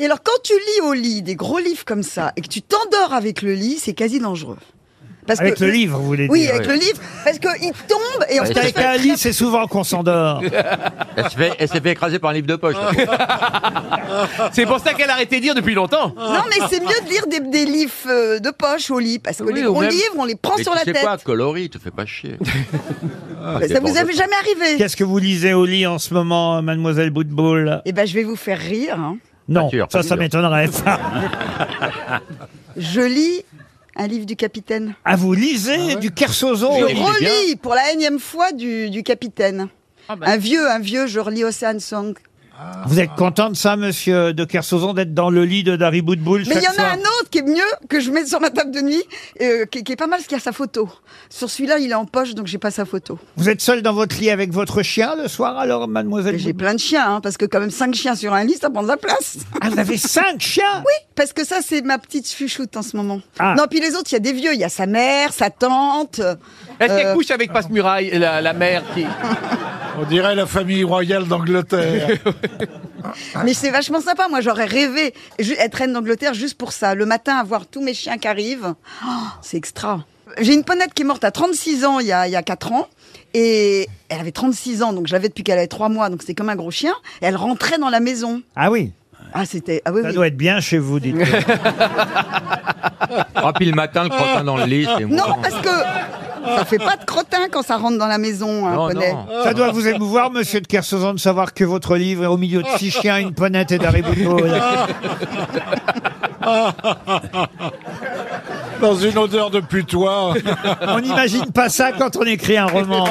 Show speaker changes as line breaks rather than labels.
Et alors, quand tu lis au lit des gros livres comme ça et que tu t'endors avec le lit, c'est quasi dangereux. Parce
Avec
que-
le livre, vous voulez
Oui,
dire
avec le livre, parce qu'il tombe et on
Ouais,
se
c'est
Avec un lit, c'est souvent qu'on s'endort.
Elle s'est fait, elle s'est fait écraser par un livre de poche.
Ah.
C'est pour ça qu'elle a arrêté de dire depuis longtemps.
Non, mais c'est mieux de lire des, des livres euh, de poche au lit, parce que
Oui,
les
ou
gros
même-
livres, on les prend
Mais
sur
tu
la
sais
tête.
quoi, coloris, te fais pas chier.
ça vous est jamais arrivé
Qu'est-ce que vous lisez au lit en ce moment, mademoiselle Boutboul
Eh ben, je vais vous faire rire. hein.
Non,
Pas sûr,
ça,
pas
ça
sûr.
m'étonnerait. ça.
Je lis un livre du capitaine.
Ah, vous lisez du Kersozon
Oh,
Je
au lit
relis pour la énième fois du, du capitaine.
Ah, bah.
Un vieux, un vieux, je relis Ocean Song.
Vous êtes content de ça, monsieur de Kersozon, d'être dans le lit de Dari Boutboul
Mais il y
chaque
en a
soir
un autre qui est mieux, que je mets sur ma table de nuit, euh, qui, qui est pas mal, parce qu'il y a sa photo. Sur celui-là, il est en poche, donc j'ai pas sa photo.
Vous êtes seul dans votre lit avec votre chien le soir, alors, mademoiselle
Et J'ai
Boutboul
plein de chiens, hein, parce que quand même cinq chiens sur un lit, ça prend de la place.
Ah, vous avez cinq chiens Oui
Parce que ça, c'est ma petite chouchoute en ce moment.
Ah.
Non, puis les autres, il y a des vieux. Il y a sa mère, sa tante.
Est-ce qu'elle
Euh.
couche avec Passe-Muraille, la, la mère qui.
On dirait la famille royale d'Angleterre.
Mais c'est vachement sympa. Moi, j'aurais rêvé ju- être reine d'Angleterre juste pour ça. Le matin, avoir tous mes chiens qui arrivent. Oh, c'est extra. J'ai une ponette qui est morte à 36 ans il y a, il y a 4 ans. Et elle avait 36 ans, donc je l'avais depuis qu'elle avait 3 mois. Donc c'était comme un gros chien. Et elle rentrait dans la maison.
Ah oui,
Ah, c'était. Ah oui,
ça
oui.
doit être bien chez vous, dites moi
Ah, puis le matin, le crottin dans le lit, c'est
Non,
moulant.
parce que ça fait pas de crottin quand ça rentre dans la maison, hein, un
non,
poney.
non.
Ça doit vous émouvoir, monsieur de Kersozon, de savoir que votre livre est au milieu de six chiens, une ponette et Dari Boutboul.
Dans une odeur de putois.
On n'imagine pas ça quand on écrit un roman.